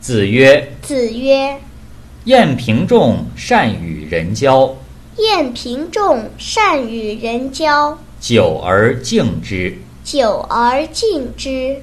子曰子曰：“晏平仲，善与人交，：“晏平仲，善与人交，久而敬之。”久而敬之。